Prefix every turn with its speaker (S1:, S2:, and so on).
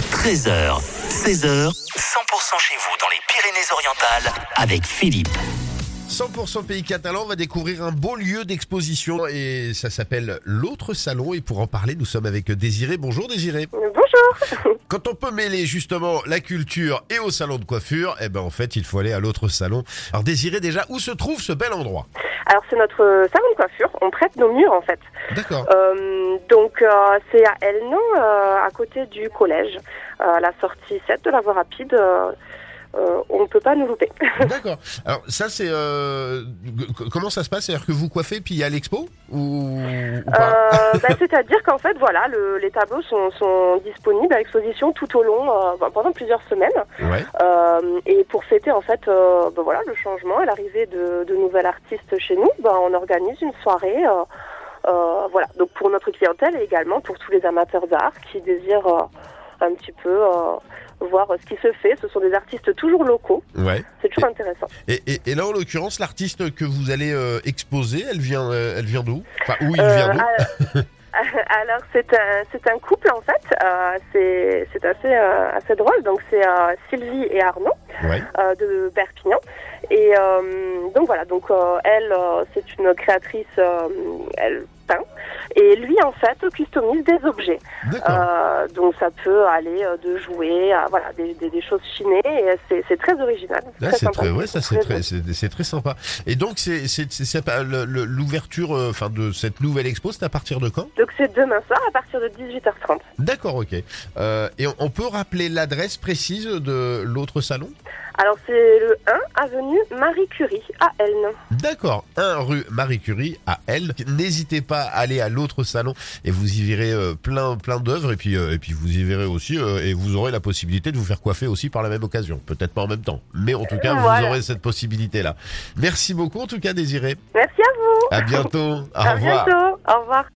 S1: 13h, 16h, 100% chez vous dans les Pyrénées-Orientales avec Philippe.
S2: 100% pays catalan, on va découvrir un beau lieu d'exposition et ça s'appelle l'autre salon et pour en parler nous sommes avec Désiré. Bonjour Désiré.
S3: Bonjour.
S2: Quand on peut mêler justement la culture et au salon de coiffure, eh ben en fait il faut aller à l'autre salon. Alors Désiré déjà, où se trouve ce bel endroit
S3: Alors c'est notre euh, salon de coiffure, on prête nos murs en fait.
S2: D'accord.
S3: Euh, donc euh, c'est à Elno, euh, à côté du collège, euh, à la sortie 7 de la voie rapide. euh, euh, on ne peut pas nous louper.
S2: D'accord. Alors ça c'est... euh, g- comment ça se passe C'est-à-dire que vous coiffez puis il y a l'expo ou, ou pas
S3: Euh, bah, C'est-à-dire qu'en fait, voilà, le- les tableaux sont, sont disponibles à l'exposition tout au long, euh, bah, pendant plusieurs semaines.
S2: Ouais.
S3: Euh, et pour fêter en fait, euh, bah, voilà, le changement et l'arrivée de, de nouvelles artistes chez nous, bah, on organise une soirée. euh, euh, voilà, donc pour notre clientèle et également pour tous les amateurs d'art qui désirent euh, un petit peu euh, voir ce qui se fait. Ce sont des artistes toujours locaux,
S2: Ouais.
S3: c'est toujours intéressant.
S2: Et, et- et là, en l'occurrence, l'artiste que vous allez euh, exposer, elle vient, euh, elle vient d'où Enfin, où il
S3: Euh,
S2: vient d'où
S3: alors- alors c'est un, c'est un couple en fait, euh, c'est c'est assez, euh, assez drôle. Donc c'est euh, Sylvie et Arnaud.
S2: Ouais.
S3: euh, de Perpignan. Et euh, donc voilà, donc euh, elle, euh, c'est une créatrice, euh, elle peint, et lui en fait customise des objets.
S2: D'accord.
S3: Euh, donc ça peut aller euh, de jouets, à, voilà, des, des, des choses chinées, et c'est, c'est très original.
S2: Là, c'est
S3: sympa.
S2: très, ouais, ça c'est
S3: Très
S2: très, c'est c'est très sympa. Et donc, c'est, c'est, c'est, c'est pas le- le- l'ouverture, euh, enfin, de cette nouvelle expo, c'est à partir de quand
S3: Donc c'est demain soir à partir de 18h30.
S2: D'accord, ok. Euh, et on, on peut rappeler l'adresse précise de l'autre salon
S3: Alors c'est le 1 avenue Marie Curie à Elne.
S2: D'accord, 1 rue Marie Curie à elle. N'hésitez pas à aller à l'autre salon et vous y verrez euh, plein plein d'œuvres et puis euh, et puis vous y verrez aussi euh, et vous aurez la possibilité de vous faire coiffer aussi par la même occasion, peut-être pas en même temps, mais en tout cas vous
S3: Voilà.
S2: aurez cette possibilité là. Merci beaucoup en tout cas Désiré.
S3: Merci à vous.
S2: À bientôt. Au
S3: à
S2: revoir.
S3: bientôt. Au revoir.